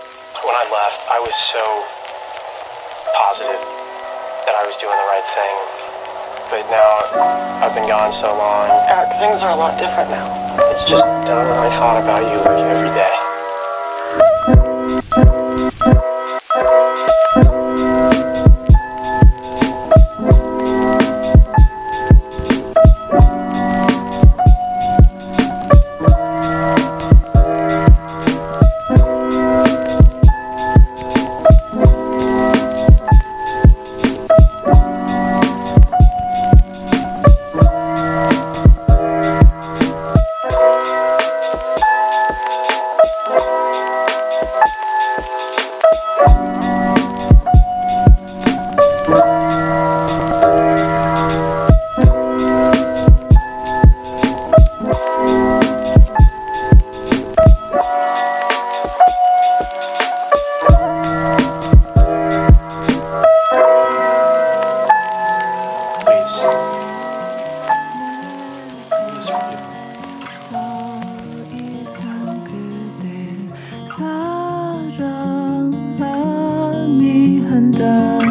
I left, I was so positive that I was doing the right thing. But now I've been gone so long, Eric, Uh, things are a lot different now. it's just, I don't know, I thought about you like every day. Please. Please forgive me. 이상 그댈 사랑많이 한다